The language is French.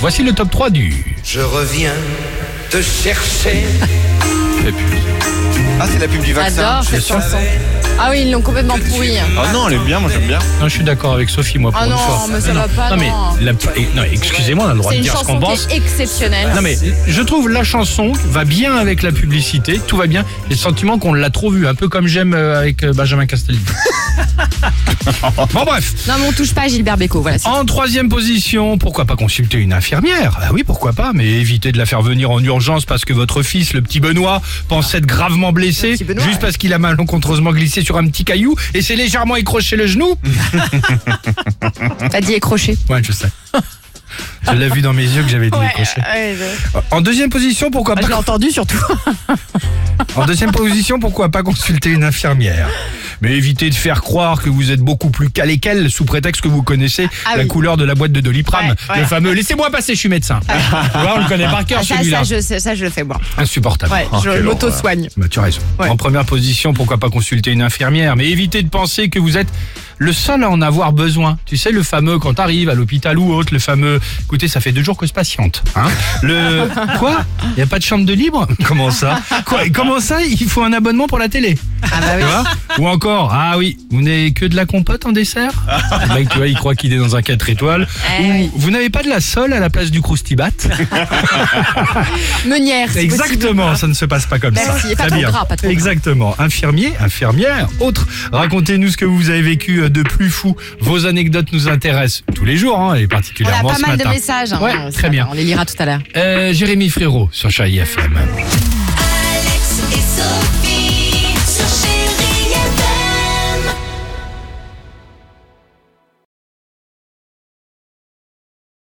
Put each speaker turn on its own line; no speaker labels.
Voici le top 3 du.
Je reviens te chercher.
Eh,
Ah, c'est la pub du vaccin.
hein.
J'adore cette chanson. Ah oui, ils l'ont complètement hein. pourrie.
Ah non, elle est bien, moi j'aime bien.
Non, je suis d'accord avec Sophie, moi, pour
Ah
une
non,
fois.
mais ça va pas,
Non, mais,
non.
la p- eh, non, excusez-moi, on a le droit
C'est
de
une
dire ce
chanson
qu'on pense.
qui est exceptionnelle.
Non mais je trouve la chanson va bien avec la publicité, tout va bien. J'ai le sentiment qu'on l'a trop vu, un peu comme j'aime euh, avec euh, Benjamin Castaldi. bon bref,
Non, mais on touche pas à Gilbert Bécaud. Voilà, c'est-
en troisième position, pourquoi pas consulter une infirmière Ah oui, pourquoi pas, mais évitez de la faire venir en urgence parce que votre fils, le petit Benoît, pense être gravement blessé
petit Benoît,
juste parce qu'il a malencontreusement glissé sur un petit caillou et s'est légèrement écroché le genou.
T'as dit écroché.
Ouais, je sais. Je l'ai vu dans mes yeux que j'avais dit écroché. En deuxième position, pourquoi pas
Ah, je l'ai entendu surtout.
En deuxième position, pourquoi pas consulter une infirmière Mais évitez de faire croire que vous êtes beaucoup plus calé qu'elle sous prétexte que vous connaissez
Ah
la
oui.
couleur de la boîte de Doliprane,
Ouais, ouais. Ah.
le fameux laissez-moi passer, je suis médecin. Tu vois, on le connaît par cœur
ça,
celui-là.
ça, je, sais- ça, je le fais moi.
Insupportable.
Ouais,
Oh,
je
quelle horreur.
m'auto-soigne.
Bah, tu as raison.
Ouais.
En première position, pourquoi pas consulter une infirmière Mais évitez de penser que vous êtes le seul à en avoir besoin. Tu sais, le fameux quand t'arrives à l'hôpital ou autre, le fameux écoutez, ça fait deux jours que je patiente. Hein le quoi Il n'y a pas de chambre de libre Comment ça quoi Comment ça Il faut un abonnement pour la télé
Ah bah
Tu vois Ou encore, ah oui, vous n'avez que de la compote en dessert Le mec, tu vois, il croit qu'il est dans un 4 étoiles.
Eh
Ou,
oui.
vous n'avez pas de la sole à la place du croustibat
Meunière. c'est possible.
Exactement, ça ne se passe pas comme
Merci,
ça.
et pas
Très
trop
bien.
gras, pas trop gras.
Exactement. Infirmier, infirmière, autre. Racontez-nous ce que vous avez vécu euh, de plus fou. Vos anecdotes nous intéressent tous les jours, hein, et
On a
particulièrement
pas
ce
mal de
matin.
messages. hein.
Ouais,
Non,
très
ça,
bien.
On les lira tout à l'heure.
Euh, Jérémy Frérot sur Chai FM.
Alex et Sophie.